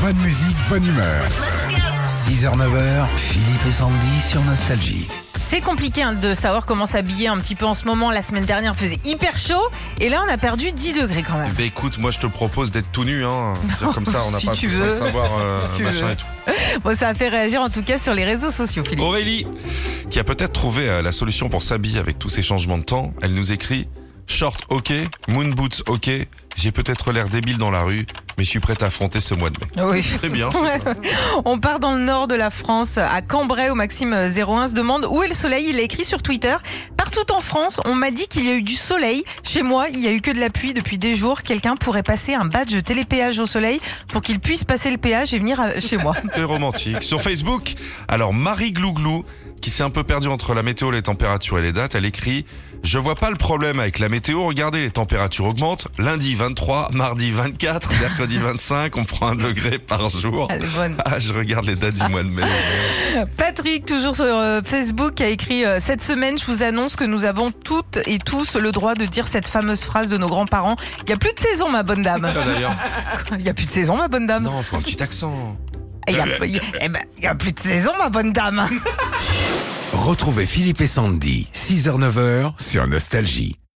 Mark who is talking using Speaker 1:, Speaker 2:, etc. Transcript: Speaker 1: Bonne musique, bonne humeur. 6h, 9h, Philippe et Sandy sur Nostalgie.
Speaker 2: C'est compliqué hein, de savoir comment s'habiller un petit peu en ce moment. La semaine dernière, il faisait hyper chaud. Et là, on a perdu 10 degrés quand même.
Speaker 3: Bah écoute, moi je te propose d'être tout nu, hein. Dire Comme ça, on n'a
Speaker 2: Ah. si
Speaker 3: pas
Speaker 2: tu
Speaker 3: besoin
Speaker 2: veux.
Speaker 3: de savoir euh,
Speaker 2: Si tu
Speaker 3: machin
Speaker 2: veux.
Speaker 3: et tout.
Speaker 2: Bon, ça a fait réagir en tout cas sur les réseaux sociaux, Philippe.
Speaker 3: Aurélie, qui a peut-être trouvé euh, la solution pour s'habiller avec tous ces changements de temps, elle nous écrit Short, ok, moon boots, ok. J'ai peut-être l'air débile dans la rue, mais je suis prête à affronter ce mois de mai.
Speaker 2: Oui.
Speaker 3: Très bien.
Speaker 2: Ouais. On part dans le nord de la France, à Cambrai, où Maxime01 se demande où est le soleil. Il a écrit sur Twitter Partout en France, on m'a dit qu'il y a eu du soleil. Chez moi, il y a eu que de la pluie depuis des jours. Quelqu'un pourrait passer un badge télépéage au soleil pour qu'il puisse passer le péage et venir euh, chez moi.
Speaker 3: C'est romantique. Sur Facebook, alors Marie Glouglou, qui s'est un peu perdue entre la météo, les températures et les dates, elle écrit Je vois pas le problème avec la météo, regardez, les températures augmentent. Lundi 23, mardi 24, mercredi 25, on prend un degré par jour.
Speaker 2: Elle est bonne.
Speaker 3: Ah, je regarde les dates du mois de mai.
Speaker 2: Patrick, toujours sur euh, Facebook, a écrit euh, Cette semaine, je vous annonce que nous avons toutes et tous le droit de dire cette fameuse phrase de nos grands-parents Il n'y a plus de saison, ma bonne dame.
Speaker 3: Tiens, Ah, d'ailleurs.
Speaker 2: Il n'y a plus de saison, ma bonne dame.
Speaker 3: Non, faut un petit accent.
Speaker 2: Il n'y a, il y a- eh ben, il y a plus de saison, ma bonne dame.
Speaker 1: Retrouvez Philippe et Sandy, 6h, 9h sur Nostalgie.